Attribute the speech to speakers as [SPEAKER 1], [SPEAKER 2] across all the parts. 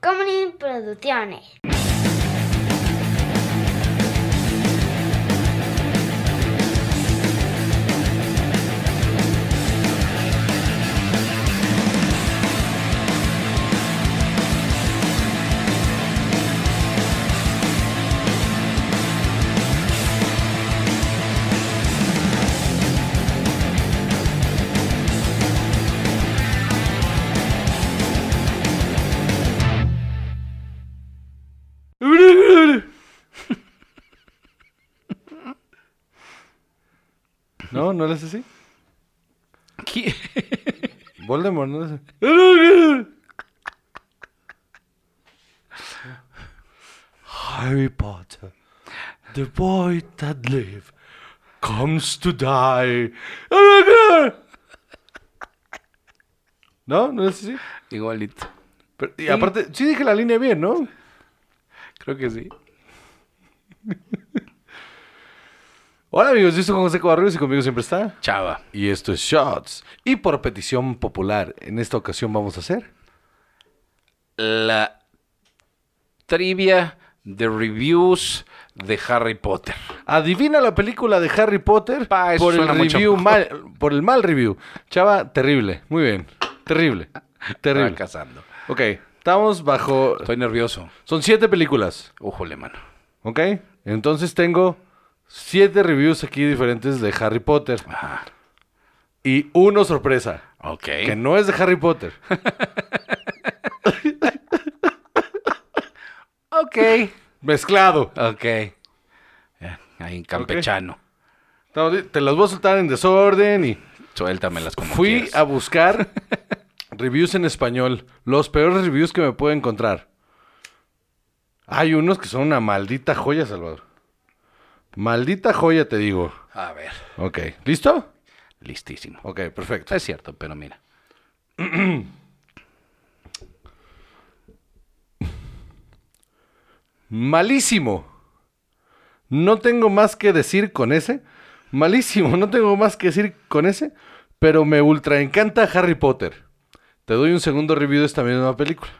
[SPEAKER 1] Comedy Producciones.
[SPEAKER 2] No, no le hace así.
[SPEAKER 3] ¿Qué?
[SPEAKER 2] Voldemort no le hace. Harry Potter, the boy that live comes to die. No, no le hace así.
[SPEAKER 3] Igualito.
[SPEAKER 2] Pero- y aparte, sí dije la línea bien, ¿no?
[SPEAKER 3] Creo que sí.
[SPEAKER 2] Hola amigos, yo soy José Covarrubias y conmigo siempre está.
[SPEAKER 3] Chava.
[SPEAKER 2] Y esto es Shots. Y por petición popular, en esta ocasión vamos a hacer.
[SPEAKER 3] La trivia de reviews de Harry Potter.
[SPEAKER 2] Adivina la película de Harry Potter
[SPEAKER 3] Pa, eso
[SPEAKER 2] por el
[SPEAKER 3] suena mucho
[SPEAKER 2] review
[SPEAKER 3] mejor.
[SPEAKER 2] mal, por el mal review. Chava, terrible. Muy bien. Terrible. Terrible.
[SPEAKER 3] Fracasando.
[SPEAKER 2] Ok. Estamos bajo.
[SPEAKER 3] Estoy nervioso.
[SPEAKER 2] Son siete películas.
[SPEAKER 3] Ójole, mano.
[SPEAKER 2] ¿Ok? Entonces tengo siete reviews aquí diferentes de Harry Potter.
[SPEAKER 3] Ajá.
[SPEAKER 2] Y uno sorpresa.
[SPEAKER 3] Ok.
[SPEAKER 2] Que no es de Harry Potter.
[SPEAKER 3] Ok.
[SPEAKER 2] Mezclado.
[SPEAKER 3] Ok. Ya, Ahí en campechano.
[SPEAKER 2] Estamos li- Te las voy a soltar en desorden y.
[SPEAKER 3] Suéltamelas como
[SPEAKER 2] Fui
[SPEAKER 3] quieras.
[SPEAKER 2] a buscar reviews en español. Los peores reviews que me puedo encontrar. Hay unos que son una maldita joya, Salvador. Maldita joya, te digo.
[SPEAKER 3] A ver.
[SPEAKER 2] Ok. ¿Listo?
[SPEAKER 3] Listísimo.
[SPEAKER 2] Ok, perfecto.
[SPEAKER 3] Es cierto, pero mira.
[SPEAKER 2] Malísimo. No tengo más que decir con ese. Malísimo, no tengo más que decir con ese. Pero me ultra encanta Harry Potter. Te doy un segundo review de esta misma película.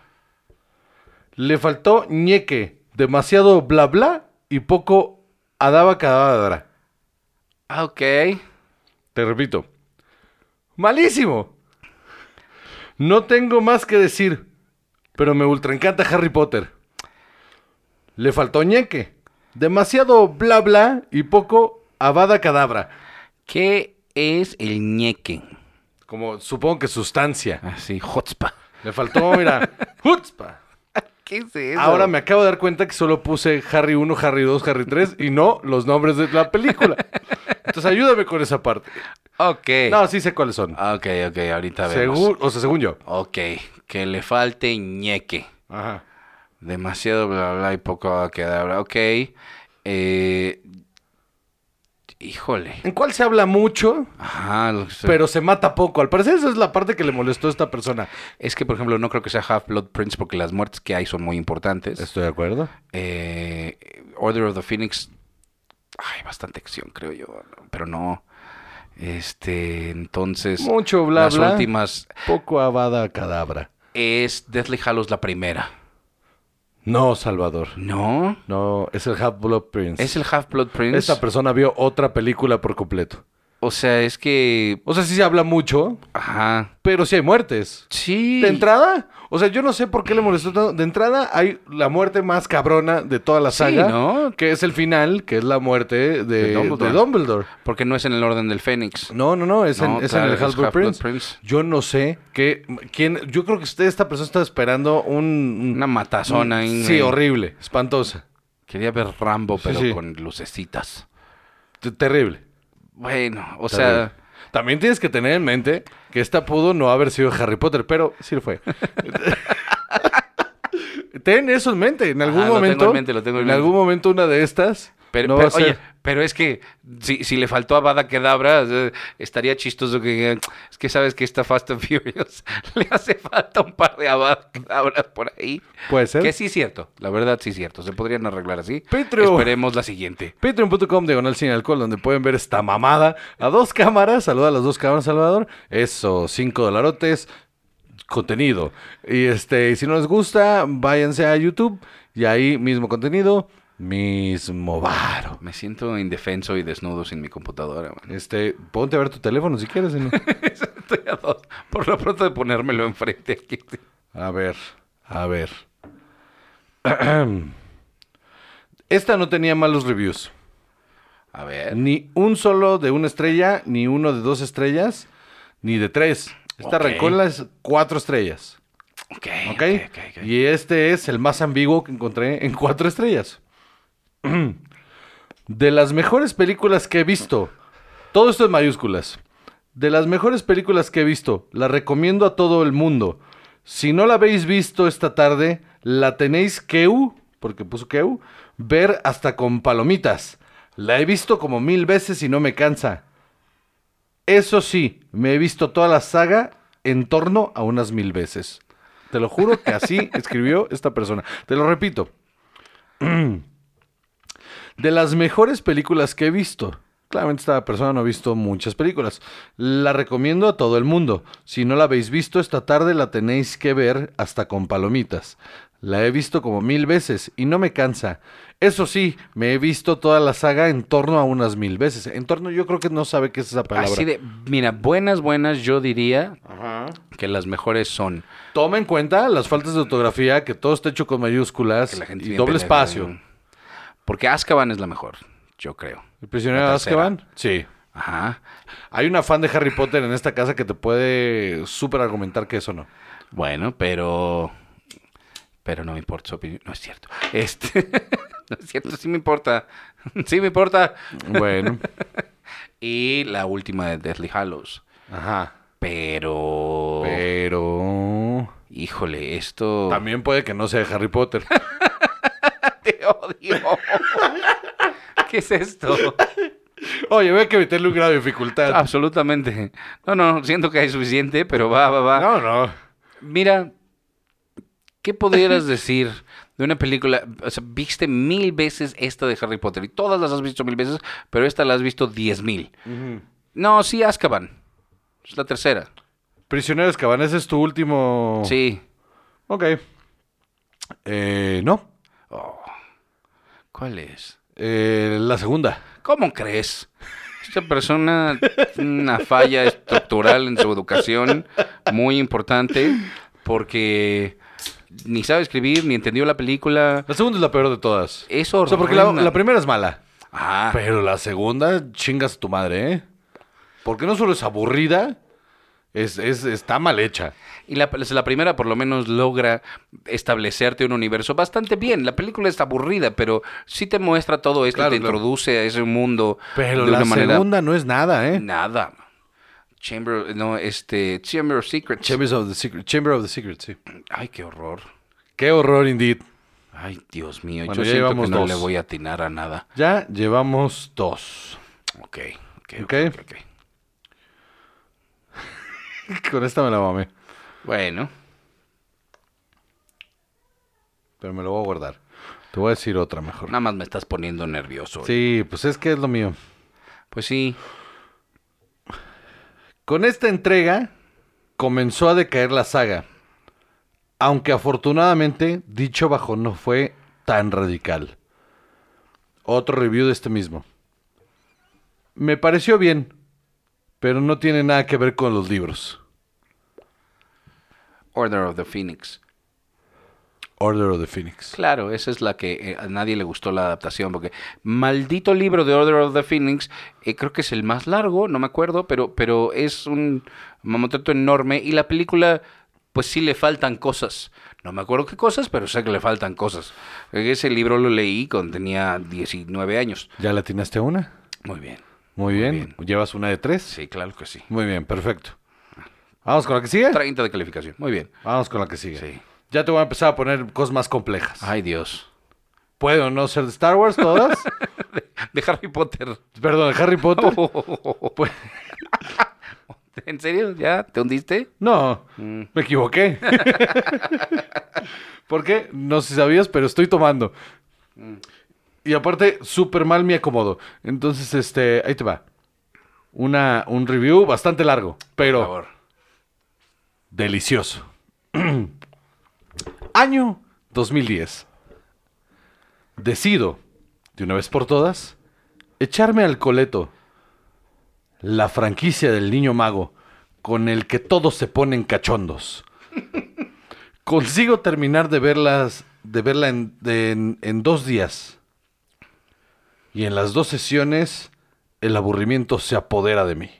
[SPEAKER 2] Le faltó ñeque, demasiado bla bla y poco adaba cadabra.
[SPEAKER 3] Ah, ok.
[SPEAKER 2] Te repito. Malísimo. No tengo más que decir, pero me ultra encanta Harry Potter. Le faltó ñeque. Demasiado bla bla y poco avada cadabra.
[SPEAKER 3] ¿Qué es el ñeque?
[SPEAKER 2] Como supongo que sustancia.
[SPEAKER 3] Así, hotspot.
[SPEAKER 2] Le faltó, mira, chutzpa.
[SPEAKER 3] ¿Qué es eso?
[SPEAKER 2] Ahora me acabo de dar cuenta que solo puse Harry 1, Harry 2, Harry 3 y no los nombres de la película. Entonces ayúdame con esa parte.
[SPEAKER 3] Ok.
[SPEAKER 2] No, sí sé cuáles son.
[SPEAKER 3] Ok, ok, ahorita vemos.
[SPEAKER 2] Según, o sea, según yo.
[SPEAKER 3] Ok, que le falte ñeque.
[SPEAKER 2] Ajá.
[SPEAKER 3] Demasiado bla bla y poco va a quedar. Ok. Eh, híjole.
[SPEAKER 2] ¿En cuál se habla mucho?
[SPEAKER 3] Ajá, lo que sé.
[SPEAKER 2] pero se mata poco. Al parecer esa es la parte que le molestó a esta persona.
[SPEAKER 3] es que, por ejemplo, no creo que sea Half Blood Prince porque las muertes que hay son muy importantes.
[SPEAKER 2] de acuerdo.
[SPEAKER 3] Eh, Order of the Phoenix. Hay bastante acción, creo yo. Pero no. Este, entonces.
[SPEAKER 2] Mucho bla,
[SPEAKER 3] Las
[SPEAKER 2] bla.
[SPEAKER 3] últimas.
[SPEAKER 2] Poco avada cadabra.
[SPEAKER 3] Es Deathly Hallows la primera.
[SPEAKER 2] No, Salvador.
[SPEAKER 3] No.
[SPEAKER 2] No, es el Half Blood Prince.
[SPEAKER 3] Es el Half Blood Prince.
[SPEAKER 2] Esta persona vio otra película por completo.
[SPEAKER 3] O sea, es que.
[SPEAKER 2] O sea, sí se habla mucho,
[SPEAKER 3] Ajá.
[SPEAKER 2] pero sí hay muertes.
[SPEAKER 3] Sí.
[SPEAKER 2] De entrada, o sea, yo no sé por qué le molestó tanto. De entrada, hay la muerte más cabrona de toda la
[SPEAKER 3] Sí,
[SPEAKER 2] saga,
[SPEAKER 3] ¿no?
[SPEAKER 2] que es el final, que es la muerte de,
[SPEAKER 3] De Dumbledore.
[SPEAKER 2] de Dumbledore.
[SPEAKER 3] Porque no es en el orden del Fénix.
[SPEAKER 2] No, no, no, es,
[SPEAKER 3] No,
[SPEAKER 2] en, es
[SPEAKER 3] claro,
[SPEAKER 2] en
[SPEAKER 3] es
[SPEAKER 2] el Half-Blood
[SPEAKER 3] Half-Blood
[SPEAKER 2] Prince.
[SPEAKER 3] Prince.
[SPEAKER 2] Yo no sé qué, quién, yo creo que usted, esta persona está esperando un...
[SPEAKER 3] Una matazona ahí,
[SPEAKER 2] Mm, Sí,
[SPEAKER 3] güey.
[SPEAKER 2] horrible, espantosa,
[SPEAKER 3] Quería ver Rambo, pero
[SPEAKER 2] sí.
[SPEAKER 3] con lucecitas.
[SPEAKER 2] t- terrible.
[SPEAKER 3] Bueno, o
[SPEAKER 2] terrible.
[SPEAKER 3] sea.
[SPEAKER 2] También tienes que tener en mente que esta pudo no haber sido Harry Potter, pero sí lo fue. Ten eso en mente, en algún
[SPEAKER 3] Ah, lo tengo en
[SPEAKER 2] momento.
[SPEAKER 3] mente, lo tengo en mente.
[SPEAKER 2] algún momento una de estas.
[SPEAKER 3] Pero,
[SPEAKER 2] no va
[SPEAKER 3] pero-
[SPEAKER 2] a ser-
[SPEAKER 3] oye, pero es que si, si le faltó a Bada Kedavra, eh, estaría chistoso que digan, es que sabes que esta Fast and Furious le hace falta un par de Abada Kedavras por ahí.
[SPEAKER 2] puede ser.
[SPEAKER 3] Que sí es cierto, la verdad sí es cierto, se podrían arreglar así.
[SPEAKER 2] Petro.
[SPEAKER 3] Esperemos la siguiente.
[SPEAKER 2] Patreon.com diagonal sin alcohol, donde pueden ver esta mamada a dos cámaras. Saluda a las dos cámaras, Salvador. Eso, cinco dolarotes. contenido. Y este, y si no les gusta, váyanse a YouTube y ahí mismo contenido, mismo varo.
[SPEAKER 3] Me siento indefenso y desnudo sin mi computadora, man.
[SPEAKER 2] Este, ponte a ver tu teléfono si quieres. Eno.
[SPEAKER 3] Estoy a dos. Por lo pronto de ponérmelo enfrente aquí.
[SPEAKER 2] A ver, a ver. Esta no tenía malos reviews.
[SPEAKER 3] A ver.
[SPEAKER 2] Ni un solo de una estrella, ni uno de dos estrellas, ni de tres. Esta
[SPEAKER 3] Ok.
[SPEAKER 2] arrancó en las cuatro estrellas.
[SPEAKER 3] Ok.
[SPEAKER 2] ¿Ok?
[SPEAKER 3] ok, ok, ok.
[SPEAKER 2] Y este es el más ambiguo que encontré en cuatro estrellas. De las mejores películas que he visto. Todo esto en mayúsculas. De las mejores películas que he visto. La recomiendo a todo el mundo. Si no la habéis visto esta tarde, la tenéis que, u, porque puso que, u, ver hasta con palomitas. La he visto como mil veces y no me cansa. Eso sí, me he visto toda la saga en torno a unas mil veces. Te lo juro que así escribió esta persona. Te lo repito. De las mejores películas que he visto. Claramente esta persona no ha visto muchas películas. La recomiendo a todo el mundo. Si no la habéis visto esta tarde la tenéis que ver hasta con palomitas. La he visto como mil veces y no me cansa. Eso sí, me he visto toda la saga en torno a unas mil veces. En torno yo creo que no sabe qué es esa palabra.
[SPEAKER 3] Así de, mira, buenas, buenas, yo diría que las mejores son.
[SPEAKER 2] Toma en cuenta las faltas de ortografía, que todo está hecho con mayúsculas
[SPEAKER 3] Que la gente
[SPEAKER 2] y
[SPEAKER 3] bien
[SPEAKER 2] doble
[SPEAKER 3] pendeja,
[SPEAKER 2] espacio.
[SPEAKER 3] ¿no? Porque Azkaban es la mejor, yo creo.
[SPEAKER 2] ¿El prisionero
[SPEAKER 3] La
[SPEAKER 2] de
[SPEAKER 3] tercera.
[SPEAKER 2] Azkaban? Sí.
[SPEAKER 3] Ajá.
[SPEAKER 2] Hay un afán de Harry Potter en esta casa que te puede súper argumentar que eso no.
[SPEAKER 3] Bueno, pero. Pero no me importa su opinión. No es cierto. Este. no es cierto, sí me importa. sí me importa.
[SPEAKER 2] Bueno.
[SPEAKER 3] Y la última de Deathly Hallows.
[SPEAKER 2] Ajá.
[SPEAKER 3] Pero.
[SPEAKER 2] Pero...
[SPEAKER 3] Híjole, esto.
[SPEAKER 2] También puede que no sea de Harry Potter.
[SPEAKER 3] te odio. ¿Qué es esto?
[SPEAKER 2] Oye, voy que meterle un grado de
[SPEAKER 3] Ah,
[SPEAKER 2] dificultad.
[SPEAKER 3] Absolutamente. No, no, siento que hay suficiente, pero va, va, va.
[SPEAKER 2] No, no.
[SPEAKER 3] Mira, ¿qué podrías decir de una película? O sea, viste mil veces esta de Harry Potter y todas las has visto mil veces, pero esta la has visto diez mil. No, sí, Azkaban. Es la tercera.
[SPEAKER 2] Prisionero de Azkaban, ese es tu último...
[SPEAKER 3] Sí.
[SPEAKER 2] Ok. Eh, no.
[SPEAKER 3] ¿Cuál es?
[SPEAKER 2] Eh, la segunda.
[SPEAKER 3] ¿Cómo crees? Esta persona tiene una falla estructural en su educación muy importante porque ni sabe escribir, ni entendió la película.
[SPEAKER 2] La segunda es la peor de todas.
[SPEAKER 3] Es
[SPEAKER 2] O sea, porque la,
[SPEAKER 3] horrenda.
[SPEAKER 2] la primera es mala.
[SPEAKER 3] Ah,
[SPEAKER 2] Pero la segunda, chingas a tu madre, ¿eh? Porque no solo es aburrida, es, es- está mal hecha.
[SPEAKER 3] y la, pues, la primera por lo menos logra establecerte un universo bastante bien. La película está aburrida, pero sí te muestra todo esto,
[SPEAKER 2] Claro,
[SPEAKER 3] te
[SPEAKER 2] claro.
[SPEAKER 3] introduce a ese mundo
[SPEAKER 2] Pero
[SPEAKER 3] de
[SPEAKER 2] la
[SPEAKER 3] una manera
[SPEAKER 2] segunda no es nada, ¿eh?
[SPEAKER 3] nada. Chamber, no, este, Chamber of Secrets.
[SPEAKER 2] Chambers of the Secret, Chamber of the Secret, sí.
[SPEAKER 3] Ay, qué horror.
[SPEAKER 2] Qué horror, indeed.
[SPEAKER 3] Ay, Dios mío,
[SPEAKER 2] Bueno,
[SPEAKER 3] yo
[SPEAKER 2] ya
[SPEAKER 3] siento que
[SPEAKER 2] llevamos
[SPEAKER 3] no
[SPEAKER 2] dos.
[SPEAKER 3] le voy a atinar a nada.
[SPEAKER 2] Ya llevamos dos.
[SPEAKER 3] Ok, ok,
[SPEAKER 2] Ok.
[SPEAKER 3] ok. ok.
[SPEAKER 2] Con esta me la mamé.
[SPEAKER 3] Bueno,
[SPEAKER 2] Pero me lo voy a guardar. Te voy a decir otra mejor.
[SPEAKER 3] nada más me estás poniendo nervioso. hoy.
[SPEAKER 2] Sí, pues es que es lo mío.
[SPEAKER 3] Pues sí,
[SPEAKER 2] Con esta entrega comenzó a decaer la saga. Aunque afortunadamente dicho bajo no fue tan radical. Otro review de este mismo. Me pareció bien, pero no tiene nada que ver con los libros.
[SPEAKER 3] Order of the Phoenix.
[SPEAKER 2] Order of the Phoenix.
[SPEAKER 3] Claro, esa es la que eh, a nadie le gustó la adaptación, porque maldito libro de Order of the Phoenix, eh, creo que es el más largo, no me acuerdo, pero, pero es un mamotrato enorme y la película, pues sí le faltan cosas. No me acuerdo qué cosas, pero sé que le faltan cosas. Ese libro lo leí cuando tenía 19 años.
[SPEAKER 2] ¿Ya la atinaste a una?
[SPEAKER 3] Muy bien.
[SPEAKER 2] Muy bien.
[SPEAKER 3] bien.
[SPEAKER 2] ¿Llevas una de tres?
[SPEAKER 3] Sí, claro que sí.
[SPEAKER 2] Muy bien, perfecto. Vamos con la que sigue.
[SPEAKER 3] 30 de calificación. Muy bien.
[SPEAKER 2] Vamos con la que sigue.
[SPEAKER 3] Sí.
[SPEAKER 2] Ya te voy a empezar a poner cosas más complejas.
[SPEAKER 3] Ay, Dios.
[SPEAKER 2] ¿Puede o no ser de Star Wars todas?
[SPEAKER 3] De Harry Potter.
[SPEAKER 2] Perdón, ¿de Harry Potter. Pues-
[SPEAKER 3] ¿En serio? ¿Ya? ¿Te hundiste?
[SPEAKER 2] no,
[SPEAKER 3] Mm,
[SPEAKER 2] me equivoqué. Porque no sé si sabías, pero estoy tomando. Y aparte, súper mal me acomodo. Entonces, este, ahí te va. Una, un review bastante largo,
[SPEAKER 3] Por
[SPEAKER 2] pero
[SPEAKER 3] favor.
[SPEAKER 2] delicioso. Año 2010. Decido, de una vez por todas, echarme al coleto la franquicia del niño mago con el que todos se ponen cachondos. Consigo terminar de verlas, de verla en, de- en- en dos días. Y en las dos sesiones, el aburrimiento se apodera de mí.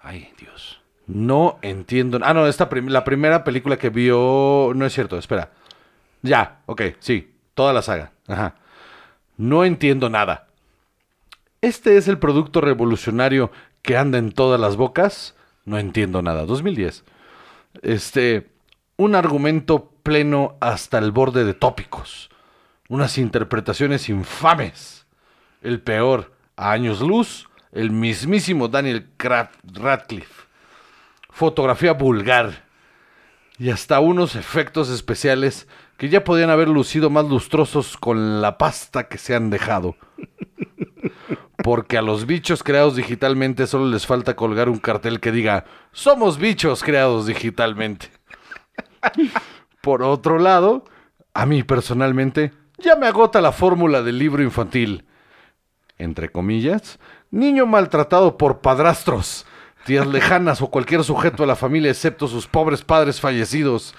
[SPEAKER 3] Ay, Dios.
[SPEAKER 2] No entiendo. Ah, no, esta prim- la primera película que vio. No es cierto, espera. Ya, ok, sí. Toda la saga. Ajá. No entiendo nada. Este es el producto revolucionario que anda en todas las bocas. No entiendo nada. 2010. Este. Un argumento pleno hasta el borde de tópicos. Unas interpretaciones infames. El peor, a años luz, el mismísimo Daniel Cra- Radcliffe fotografía vulgar y hasta unos efectos especiales que ya podían haber lucido más lustrosos con la pasta que se han dejado. Porque a los bichos creados digitalmente solo les falta colgar un cartel que diga, somos bichos creados digitalmente. Por otro lado, a mí personalmente ya me agota la fórmula del libro infantil entre comillas, niño maltratado por padrastros, tías lejanas o cualquier sujeto de la familia excepto sus pobres padres fallecidos,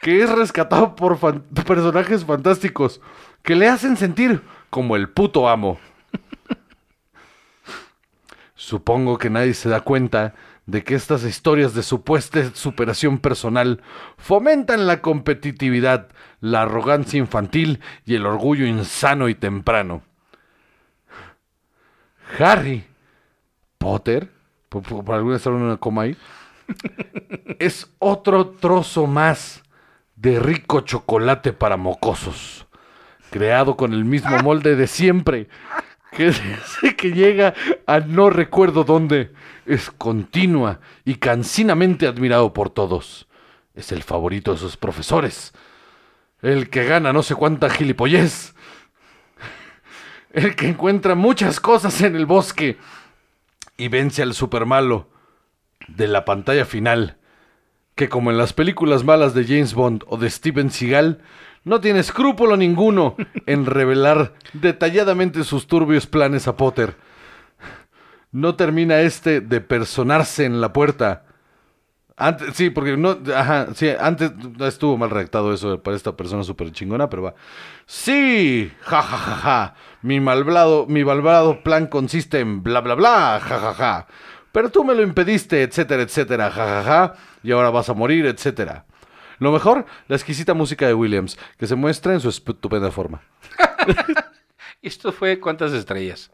[SPEAKER 2] que es rescatado por fan- personajes fantásticos que le hacen sentir como el puto amo. Supongo que nadie se da cuenta de que estas historias de supuesta superación personal fomentan la competitividad, la arrogancia infantil y el orgullo insano y temprano. Harry Potter, por, por- por alguna razón una coma ahí, es otro trozo más de rico chocolate para mocosos, creado con el mismo molde de siempre, que desde que llega a no recuerdo dónde, es continua y cansinamente admirado por todos. Es el favorito de sus profesores, el que gana no sé cuánta gilipollez el que encuentra muchas cosas en el bosque y vence al supermalo de la pantalla final, que como en las películas malas de James Bond o de Steven Seagal, no tiene escrúpulo ninguno en revelar detalladamente sus turbios planes a Potter. No termina este de personarse en la puerta. Antes, sí, porque no, ajá, sí, antes estuvo mal redactado eso para esta persona súper chingona, pero va. Sí, ja, ja, ja, ja. Mi malvado, mi malvado plan consiste en bla, bla, bla, ja, ja, ja. Pero tú me lo impediste, etcétera, etcétera, ja, ja, ja. Y ahora vas a morir, etcétera. Lo mejor, la exquisita música de Williams, que se muestra en su estupenda forma.
[SPEAKER 3] ¿Y esto fue cuántas estrellas?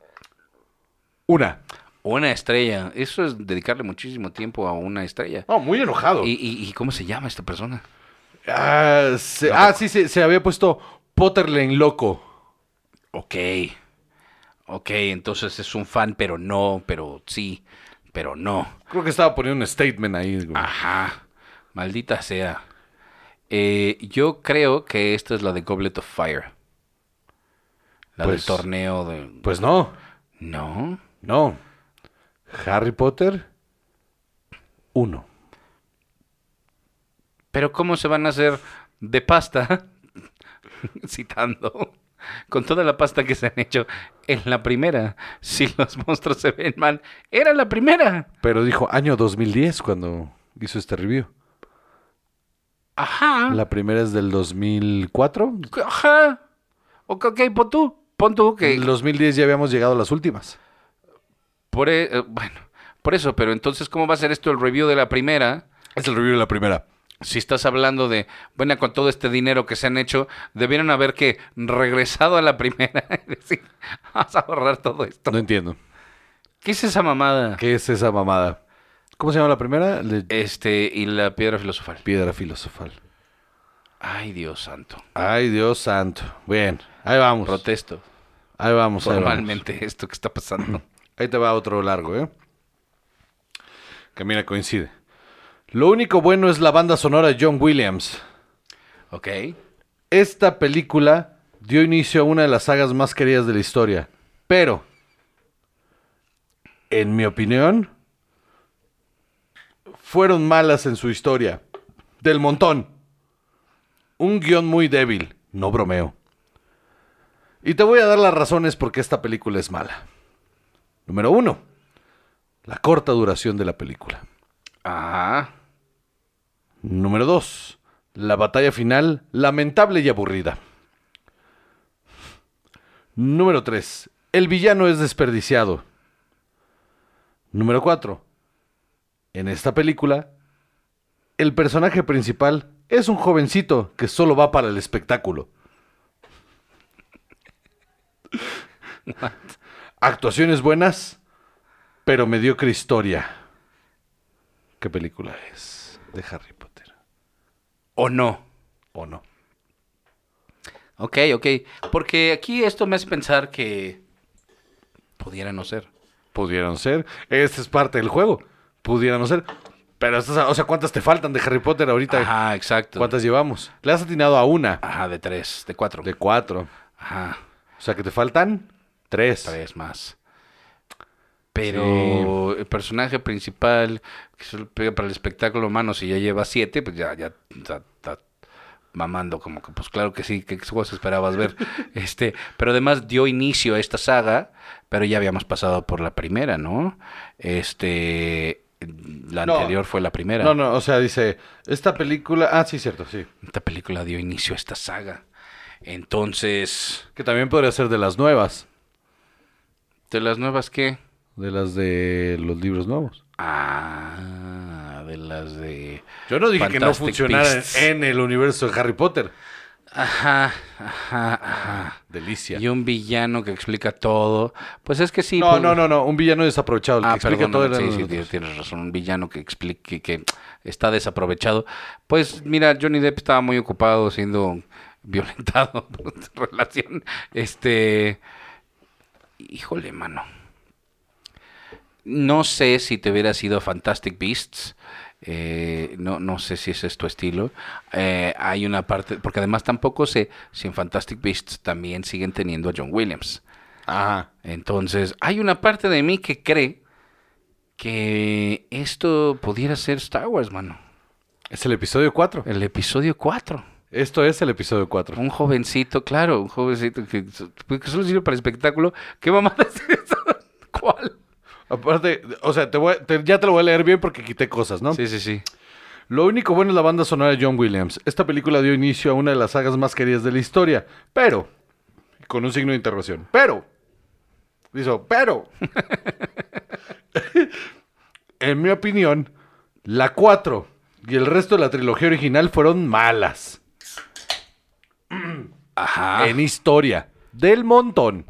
[SPEAKER 2] Una.
[SPEAKER 3] Una estrella. Eso es dedicarle muchísimo tiempo a una estrella.
[SPEAKER 2] Oh, muy enojado.
[SPEAKER 3] ¿Y, y- y cómo se llama esta persona?
[SPEAKER 2] Ah, se- ah, sí, se, se había puesto Potterlane loco.
[SPEAKER 3] Ok. Ok, entonces es un fan, pero no, pero sí, pero no.
[SPEAKER 2] Creo que estaba poniendo un statement ahí. güey.
[SPEAKER 3] Ajá. Maldita sea. Eh, yo creo que esta es la de Goblet of Fire. La
[SPEAKER 2] Pues-
[SPEAKER 3] del torneo de...
[SPEAKER 2] Pues no.
[SPEAKER 3] No.
[SPEAKER 2] No. Harry Potter 1.
[SPEAKER 3] Pero ¿cómo se van a hacer de pasta? Citando. Con toda la pasta que se han hecho en la primera. Si los monstruos se ven mal. Era la primera.
[SPEAKER 2] Pero dijo año 2010 cuando hizo este review.
[SPEAKER 3] Ajá.
[SPEAKER 2] La primera es del 2004.
[SPEAKER 3] Ajá. Ok, ok, pon tú. Pon tú que...
[SPEAKER 2] En 2010 ya habíamos llegado a las últimas.
[SPEAKER 3] Por, e- eh, bueno, por eso, pero entonces, ¿cómo va a ser esto el review de la primera?
[SPEAKER 2] Es el review de la primera.
[SPEAKER 3] Si estás hablando de, bueno, con todo este dinero que se han hecho, debieron haber que regresado a la primera y decir, vas a ahorrar todo esto.
[SPEAKER 2] No entiendo.
[SPEAKER 3] ¿Qué es esa mamada?
[SPEAKER 2] ¿Qué es esa mamada? ¿Cómo se llama la primera? Le-
[SPEAKER 3] Este, y la piedra filosofal.
[SPEAKER 2] Piedra filosofal.
[SPEAKER 3] Ay, Dios santo.
[SPEAKER 2] Ay, Dios santo. Bien, ahí vamos.
[SPEAKER 3] Protesto
[SPEAKER 2] Ahí vamos. Pues ahí vamos.
[SPEAKER 3] formalmente esto que está pasando.
[SPEAKER 2] Ahí te va otro largo, ¿eh? Que mira, coincide. Lo único bueno es la banda sonora de John Williams.
[SPEAKER 3] Ok.
[SPEAKER 2] Esta película dio inicio a una de las sagas más queridas de la historia. Pero, en mi opinión, fueron malas en su historia. Del montón. Un guión muy débil. No bromeo. Y te voy a dar las razones por qué esta película es mala. Número uno. La corta duración de la película.
[SPEAKER 3] Ah,
[SPEAKER 2] Número 2. La batalla final, lamentable y aburrida. Número 3. El villano es desperdiciado. Número 4. En esta película, el personaje principal es un jovencito que solo va para el espectáculo. Actuaciones buenas, pero mediocre historia. ¿Qué película es? De Harry Potter.
[SPEAKER 3] o no.
[SPEAKER 2] ¿O no?
[SPEAKER 3] Ok, ok. Porque aquí esto me hace pensar que pudiera no ser.
[SPEAKER 2] Pudieron ser. Esta es parte del juego. Pudieran ser. Pero, estas, o sea, ¿cuántas te faltan de Harry Potter ahorita?
[SPEAKER 3] Ajá, exacto.
[SPEAKER 2] ¿Cuántas llevamos? Le has atinado a una.
[SPEAKER 3] Ajá, de tres, de cuatro.
[SPEAKER 2] De cuatro.
[SPEAKER 3] Ajá,
[SPEAKER 2] O sea, que te faltan tres.
[SPEAKER 3] tres más. Pero el personaje principal que solo pega para el espectáculo humano, si ya lleva siete, pues ya, ya está, está mamando, como que, pues claro que sí, que juegos esperabas ver. este Pero además dio inicio a esta saga, pero ya habíamos pasado por la primera, ¿no? Este. La
[SPEAKER 2] No.
[SPEAKER 3] anterior fue la primera.
[SPEAKER 2] No, no, o sea, dice, esta película... Ah, sí, cierto, sí.
[SPEAKER 3] Esta película dio inicio a esta saga. Entonces,
[SPEAKER 2] Que también podría ser de las nuevas.
[SPEAKER 3] ¿de las nuevas qué?
[SPEAKER 2] De las de los libros nuevos.
[SPEAKER 3] Ah, de las de...
[SPEAKER 2] Yo no dije que no
[SPEAKER 3] Fantastic
[SPEAKER 2] funcionara en,
[SPEAKER 3] Beasts.
[SPEAKER 2] en el universo de Harry Potter.
[SPEAKER 3] Ajá, ajá, ajá.
[SPEAKER 2] Delicia.
[SPEAKER 3] Y un villano que explica todo. Pues es que sí.
[SPEAKER 2] No,
[SPEAKER 3] pues-
[SPEAKER 2] no, no, no. Un villano desaprovechado. El que
[SPEAKER 3] Ah,
[SPEAKER 2] explica
[SPEAKER 3] perdón,
[SPEAKER 2] todo
[SPEAKER 3] no,
[SPEAKER 2] era
[SPEAKER 3] sí, sí,
[SPEAKER 2] nosotros.
[SPEAKER 3] tienes- tienes razón. Un villano que explique que está desaprovechado. Pues mira, Johnny Depp estaba muy ocupado siendo violentado por su relación. Este. Híjole, mano. No sé si te hubiera sido Fantastic Beasts. eh, no, no sé si ese es tu estilo. Eh, hay una parte, porque además tampoco sé si en Fantastic Beasts también siguen teniendo a John Williams.
[SPEAKER 2] Ajá.
[SPEAKER 3] Entonces, hay una parte de mí que cree que esto pudiera ser Star Wars, mano.
[SPEAKER 2] Es el episodio 4.
[SPEAKER 3] El episodio 4.
[SPEAKER 2] Esto es el episodio 4.
[SPEAKER 3] Un jovencito, claro, un jovencito que, que solo sirve para espectáculo. ¿Qué mamá es esa? ¿Cuál?
[SPEAKER 2] Aparte, o sea, te voy a- te- ya te lo voy a leer bien porque quité cosas, ¿no?
[SPEAKER 3] Sí, sí, sí.
[SPEAKER 2] Lo único bueno es la banda sonora de John Williams. Esta película dio inicio a una de las sagas más queridas de la historia, pero, con un signo de interrogación, pero, dice, pero, en mi opinión, la 4 y el resto de la trilogía original fueron malas
[SPEAKER 3] Ajá.
[SPEAKER 2] en historia, del montón.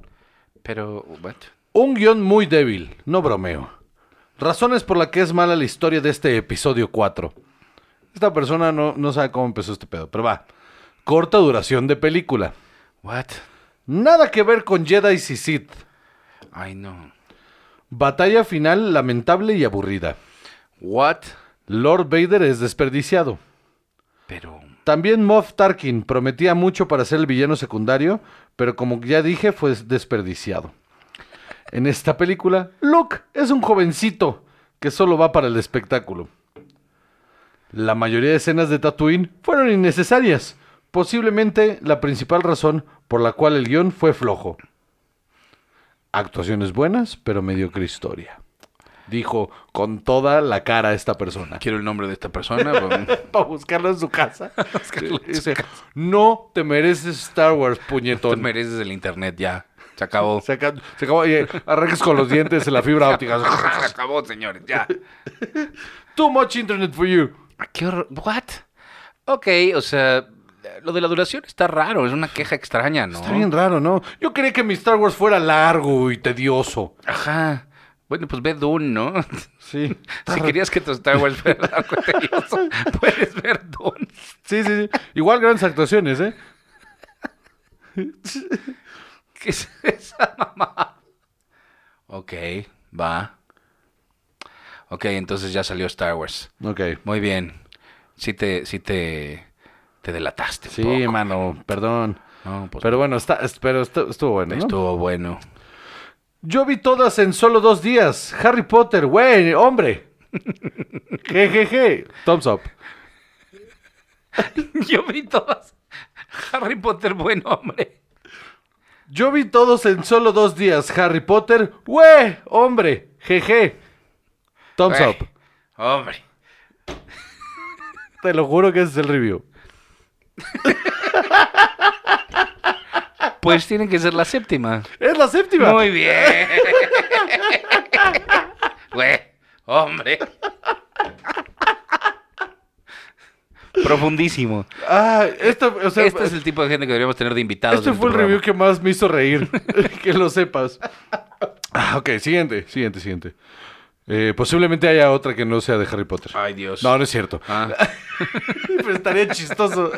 [SPEAKER 3] Pero, what?
[SPEAKER 2] Un guión muy débil, no bromeo. Razones por las que es mala la historia de este episodio 4. Esta persona no, no sabe cómo empezó este pedo, pero va. Corta duración de película.
[SPEAKER 3] What?
[SPEAKER 2] Nada que ver con Jedi y Sith.
[SPEAKER 3] Ay, no.
[SPEAKER 2] Batalla final lamentable y aburrida.
[SPEAKER 3] What?
[SPEAKER 2] Lord Vader es desperdiciado.
[SPEAKER 3] Pero,
[SPEAKER 2] También Moff Tarkin prometía mucho para ser el villano secundario, pero como ya dije, fue desperdiciado. En esta película, Luke es un jovencito que solo va para el espectáculo. La mayoría de escenas de Tatooine fueron innecesarias, posiblemente la principal razón por la cual el guión fue flojo. Actuaciones buenas, pero mediocre historia. Dijo con toda la cara esta persona
[SPEAKER 3] quiero el nombre de esta persona. pero-
[SPEAKER 2] para buscarlo en su casa. Dice, no te mereces Star Wars,
[SPEAKER 3] Te
[SPEAKER 2] puñetón.
[SPEAKER 3] mereces el internet ya. Se acabó.
[SPEAKER 2] se, acá- se acabó, oye, arrancas con los dientes en la fibra óptica.
[SPEAKER 3] Se acabó, señores, ya.
[SPEAKER 2] Too much internet for you.
[SPEAKER 3] Ah, ¿Qué horror? ¿What? Ok, o sea, lo de la duración está raro, es una queja extraña, ¿no?
[SPEAKER 2] Está bien raro, ¿no? Yo quería que mi Star Wars fuera largo y tedioso.
[SPEAKER 3] Ajá. Bueno, pues ve Dune, ¿no?
[SPEAKER 2] Sí.
[SPEAKER 3] Si querías que tu Star Wars fuera algo tedioso, puedes ver Dune.
[SPEAKER 2] Sí, sí, sí. Igual grandes actuaciones, ¿eh?
[SPEAKER 3] ¿Qué es esa mamá? Ok, va. Ok, entonces ya salió Star Wars.
[SPEAKER 2] Ok.
[SPEAKER 3] Muy bien. Sí te, sí te, te delataste. un
[SPEAKER 2] Sí,
[SPEAKER 3] poco.
[SPEAKER 2] mano, perdón.
[SPEAKER 3] No, pues,
[SPEAKER 2] Pero bueno, está, es- pero estu- estuvo bueno, ¿no?
[SPEAKER 3] estuvo bueno.
[SPEAKER 2] Yo vi todas en solo dos días. Harry Potter, güey, hombre. Jejeje. Thumbs up.
[SPEAKER 3] Yo vi todas Harry Potter, buen hombre.
[SPEAKER 2] Yo vi todos en solo dos días. Harry Potter, ¡Güey! hombre, jeje. Thumbs
[SPEAKER 3] Güey,
[SPEAKER 2] up.
[SPEAKER 3] Hombre.
[SPEAKER 2] Te lo juro que ese es el review.
[SPEAKER 3] Pues tiene que ser la séptima.
[SPEAKER 2] Es la séptima.
[SPEAKER 3] Muy bien. Güey, hombre. Profundísimo.
[SPEAKER 2] Ah, esto, o sea, pues,
[SPEAKER 3] este es el tipo de gente que deberíamos tener de invitados.
[SPEAKER 2] este
[SPEAKER 3] en
[SPEAKER 2] fue el
[SPEAKER 3] este
[SPEAKER 2] review
[SPEAKER 3] programa.
[SPEAKER 2] que más me hizo reír. que lo sepas. Ah, ok, siguiente, siguiente, siguiente. Eh, posiblemente haya otra que no sea de Harry Potter.
[SPEAKER 3] Ay, Dios.
[SPEAKER 2] No, no es cierto.
[SPEAKER 3] Ah,
[SPEAKER 2] Pero estaría chistoso.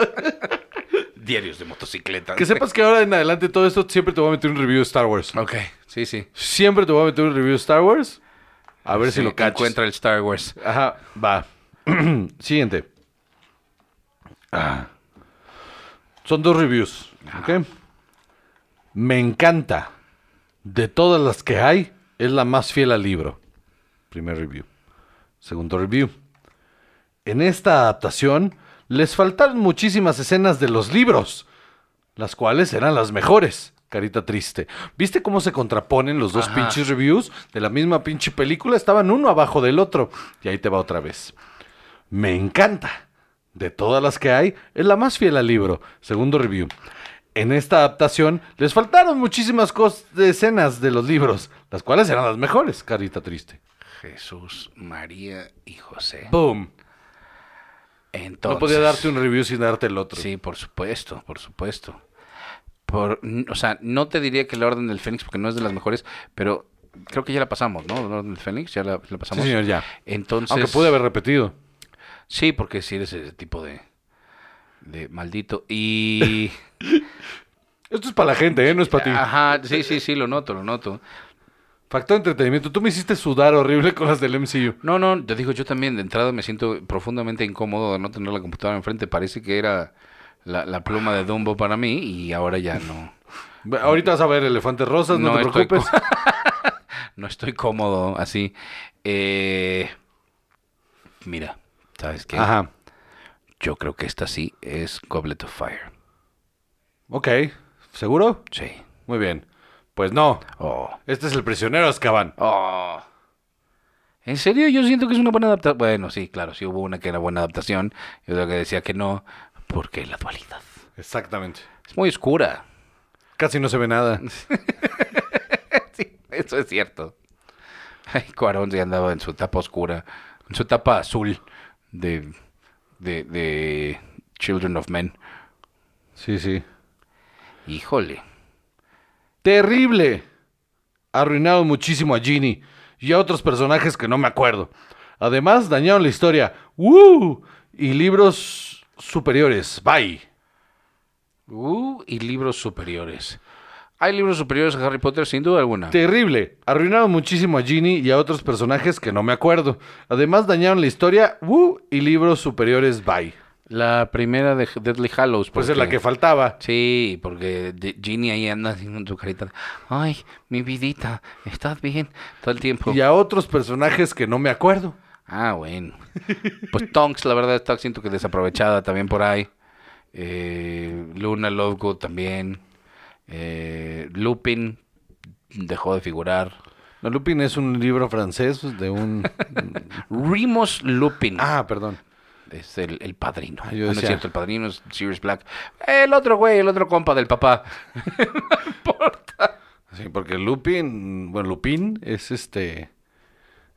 [SPEAKER 3] diarios de motocicleta.
[SPEAKER 2] que sepas que ahora en adelante todo esto siempre te voy a meter un review de Star Wars.
[SPEAKER 3] Ok, sí, sí.
[SPEAKER 2] Siempre te voy a meter un review de Star Wars. A ver si
[SPEAKER 3] Sí,
[SPEAKER 2] lo cachas.
[SPEAKER 3] Encuentra el Star Wars.
[SPEAKER 2] Ajá, va. Siguiente. Ah. Son dos reviews. ¿ok? Me encanta. De todas las que hay, es la más fiel al libro. Primer review. Segundo review. En esta adaptación les faltaron muchísimas escenas de los libros, las cuales eran las mejores. Carita triste. ¿Viste cómo se contraponen los dos
[SPEAKER 3] Ajá.
[SPEAKER 2] pinches reviews de la misma pinche película? Estaban uno abajo del otro. Y ahí te va otra vez. Me encanta. De todas las que hay, es la más fiel al libro. Segundo review. En esta adaptación les faltaron muchísimas cos- de escenas de los libros, las cuales eran las mejores. Carita triste.
[SPEAKER 3] Jesús, María y José.
[SPEAKER 2] ¡Boom!
[SPEAKER 3] Entonces,
[SPEAKER 2] no podía darte un review sin darte el otro.
[SPEAKER 3] Sí, por supuesto, por supuesto. Por, n- o sea, no te diría que la Orden del Fénix, porque no es de las mejores, pero creo que ya la pasamos, ¿no? La Orden del Fénix, ya la, la
[SPEAKER 2] Sí,
[SPEAKER 3] pasamos.
[SPEAKER 2] señor, ya.
[SPEAKER 3] Entonces,
[SPEAKER 2] Aunque pude haber repetido.
[SPEAKER 3] Sí, porque si eres ese tipo de, de maldito. Y.
[SPEAKER 2] Esto es para la gente, ¿eh? No es para ti.
[SPEAKER 3] Ajá, sí, sí, sí, lo noto, lo noto.
[SPEAKER 2] Factor entretenimiento. Tú me hiciste sudar horrible con las del MCU.
[SPEAKER 3] No, no, te digo, yo también de entrada me siento profundamente incómodo de no tener la computadora enfrente. Parece que era la, la pluma de Dumbo para mí y ahora ya no.
[SPEAKER 2] Ahorita vas a ver elefantes rosas, no,
[SPEAKER 3] No,
[SPEAKER 2] te
[SPEAKER 3] estoy
[SPEAKER 2] preocupes.
[SPEAKER 3] No estoy cómodo así. Eh, mira, ¿sabes qué?
[SPEAKER 2] Ajá.
[SPEAKER 3] Yo creo que esta sí es Goblet of Fire.
[SPEAKER 2] Ok. ¿Seguro?
[SPEAKER 3] Sí.
[SPEAKER 2] Muy bien. Pues no.
[SPEAKER 3] Oh.
[SPEAKER 2] Este es el prisionero Azkaban.
[SPEAKER 3] Oh. En serio, yo siento que es una buena adaptación. Bueno, sí, claro, sí hubo una que era buena adaptación y otra que decía que no, porque la dualidad
[SPEAKER 2] Exactamente.
[SPEAKER 3] es muy oscura.
[SPEAKER 2] Casi no se ve nada.
[SPEAKER 3] Sí, eso es cierto. Ay, Cuarón se andaba en su etapa oscura, en su etapa azul de, de, de Children of Men.
[SPEAKER 2] Sí, sí.
[SPEAKER 3] Híjole.
[SPEAKER 2] Terrible. Arruinaron muchísimo a Ginny y a otros personajes que no me acuerdo. Además, dañaron la historia. ¡Woo! Y libros superiores. Bye.
[SPEAKER 3] Uh, y libros superiores. Hay libros superiores a Harry Potter, sin duda alguna.
[SPEAKER 2] Terrible. Arruinaron muchísimo a Ginny y a otros personajes que no me acuerdo. Además, dañaron la historia. ¡Woo! Y libros superiores. Bye.
[SPEAKER 3] La primera de Deadly Hallows.
[SPEAKER 2] Pues es la
[SPEAKER 3] porque-
[SPEAKER 2] que faltaba.
[SPEAKER 3] Sí, porque de- Ginny ahí anda haciendo su carita. de, Ay, mi vidita, ¿estás bien? Todo el tiempo.
[SPEAKER 2] Y a otros personajes que no me acuerdo.
[SPEAKER 3] Ah, bueno. Pues Tonks, la verdad, está siento que desaprovechada también por ahí. Eh, Luna Lovegood también. Eh, Lupin dejó de figurar.
[SPEAKER 2] No, Lupin es un libro francés de un...
[SPEAKER 3] Remus Lupin.
[SPEAKER 2] ah, perdón.
[SPEAKER 3] Es el, el padrino.
[SPEAKER 2] Ah, yo
[SPEAKER 3] Ah, no es
[SPEAKER 2] decía.
[SPEAKER 3] cierto, el padrino es Sirius Black. El otro güey, el otro compa del papá.
[SPEAKER 2] Sí, porque Lupin, bueno, Lupin es este,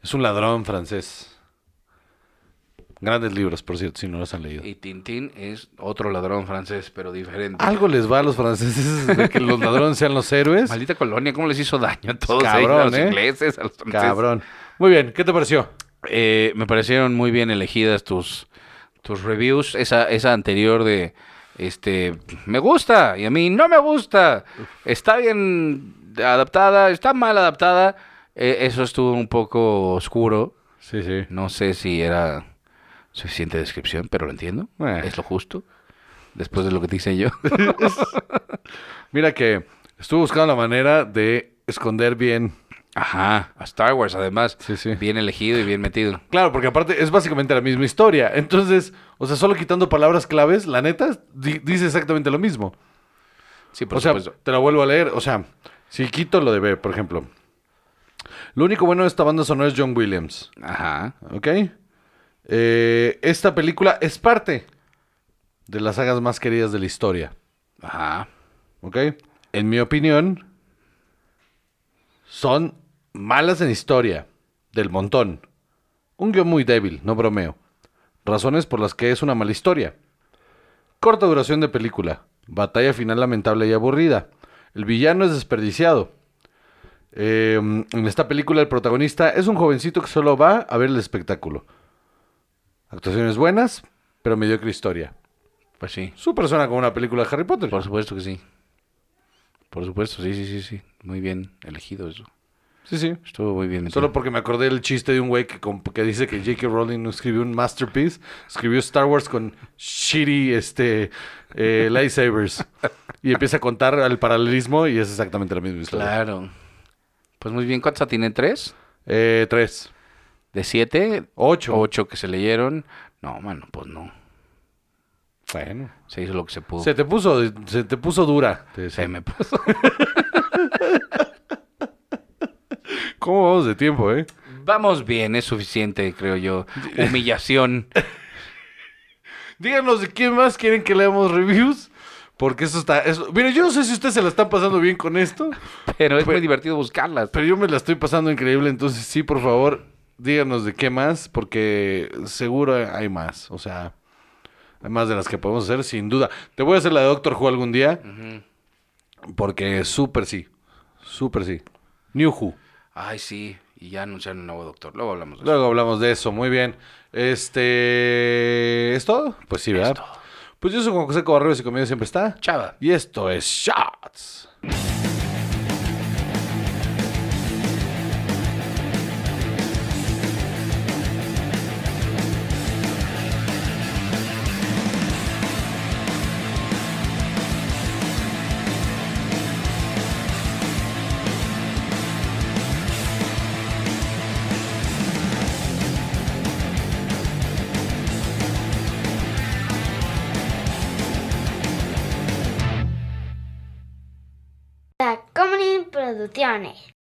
[SPEAKER 2] es un ladrón francés. Grandes libros, por cierto, si no los han leído.
[SPEAKER 3] Y Tintín es otro ladrón francés, pero diferente.
[SPEAKER 2] Algo les va a los franceses de que los ladrones sean los héroes.
[SPEAKER 3] Maldita colonia, ¿cómo les hizo daño a todos
[SPEAKER 2] Cabrón,
[SPEAKER 3] ellos, a los
[SPEAKER 2] ¿eh?
[SPEAKER 3] ingleses, a los franceses?
[SPEAKER 2] Cabrón. Muy bien, ¿qué te pareció?
[SPEAKER 3] Eh, me parecieron muy bien elegidas tus, tus reviews. Esa, esa anterior de, este, me gusta y a mí no me gusta. Está bien adaptada, está mal adaptada. Eh, eso estuvo un poco oscuro.
[SPEAKER 2] Sí, sí.
[SPEAKER 3] No sé si era suficiente descripción, pero lo entiendo.
[SPEAKER 2] Eh.
[SPEAKER 3] Es lo justo. Después de lo que te hice yo.
[SPEAKER 2] Mira que estuve buscando la manera de esconder bien
[SPEAKER 3] Ajá, a Star Wars además.
[SPEAKER 2] Sí, sí.
[SPEAKER 3] Bien elegido y bien metido.
[SPEAKER 2] Claro, porque aparte es básicamente la misma historia. Entonces, o sea, solo quitando palabras claves, la neta, di- dice exactamente lo mismo.
[SPEAKER 3] Sí, por
[SPEAKER 2] o sea,
[SPEAKER 3] supuesto.
[SPEAKER 2] te la vuelvo a leer. O sea, si quito lo de B, por ejemplo. Lo único bueno de esta banda sonora es John Williams.
[SPEAKER 3] Ajá.
[SPEAKER 2] ¿Ok? Eh, esta película es parte de las sagas más queridas de la historia.
[SPEAKER 3] Ajá.
[SPEAKER 2] ¿Ok? En mi opinión, son malas en historia, del montón. Un guión muy débil, no bromeo. Razones por las que es una mala historia. Corta duración de película. Batalla final lamentable y aburrida. El villano es desperdiciado. Eh, en esta película el protagonista es un jovencito que solo va a ver el espectáculo. Actuaciones buenas, pero mediocre historia.
[SPEAKER 3] Pues sí.
[SPEAKER 2] Su persona como una película de Harry Potter.
[SPEAKER 3] Pues Por supuesto que sí. Por supuesto, sí, sí, sí, sí. Muy bien elegido eso.
[SPEAKER 2] Sí, sí.
[SPEAKER 3] Estuvo muy bien metido.
[SPEAKER 2] Solo porque me acordé del chiste de un güey que, comp- que dice que J.K. Rowling no escribió un masterpiece, escribió Star Wars con shitty este, eh, lightsabers. Y empieza a contar el paralelismo y es exactamente la misma historia.
[SPEAKER 3] Claro. Pues muy bien, ¿cuántos tiene? ¿Tres?
[SPEAKER 2] Eh, tres.
[SPEAKER 3] ¿De siete?
[SPEAKER 2] Ocho.
[SPEAKER 3] Ocho que se leyeron. No, mano, pues no.
[SPEAKER 2] Bueno.
[SPEAKER 3] Se hizo lo que se pudo.
[SPEAKER 2] Se te puso, se te puso dura. te decía.
[SPEAKER 3] Se me puso.
[SPEAKER 2] ¿Cómo vamos de tiempo, eh?
[SPEAKER 3] Vamos bien, es suficiente, creo yo. Humillación.
[SPEAKER 2] Díganos de quién más quieren que leamos reviews. Porque eso está. eso- Mire, yo no sé si ustedes se la están pasando bien con esto.
[SPEAKER 3] Pero es muy divertido buscarlas.
[SPEAKER 2] Pero yo me la estoy pasando increíble, entonces sí, por favor, díganos de qué más, porque seguro hay más. O sea, hay más de las que podemos hacer, sin duda. Te voy a hacer la de Doctor Who algún día, porque súper sí. Súper sí. New Who.
[SPEAKER 3] Ay, sí. Y ya anunciaron un nuevo doctor. Luego hablamos de eso.
[SPEAKER 2] Luego hablamos de eso, muy bien. Este. ¿Es todo? Pues sí, ¿verdad?
[SPEAKER 3] Es todo.
[SPEAKER 2] Pues yo soy Juan José Cobarrubias y conmigo siempre está.
[SPEAKER 3] Chava.
[SPEAKER 2] Y esto es Shots.
[SPEAKER 1] Tacomunin Producciones.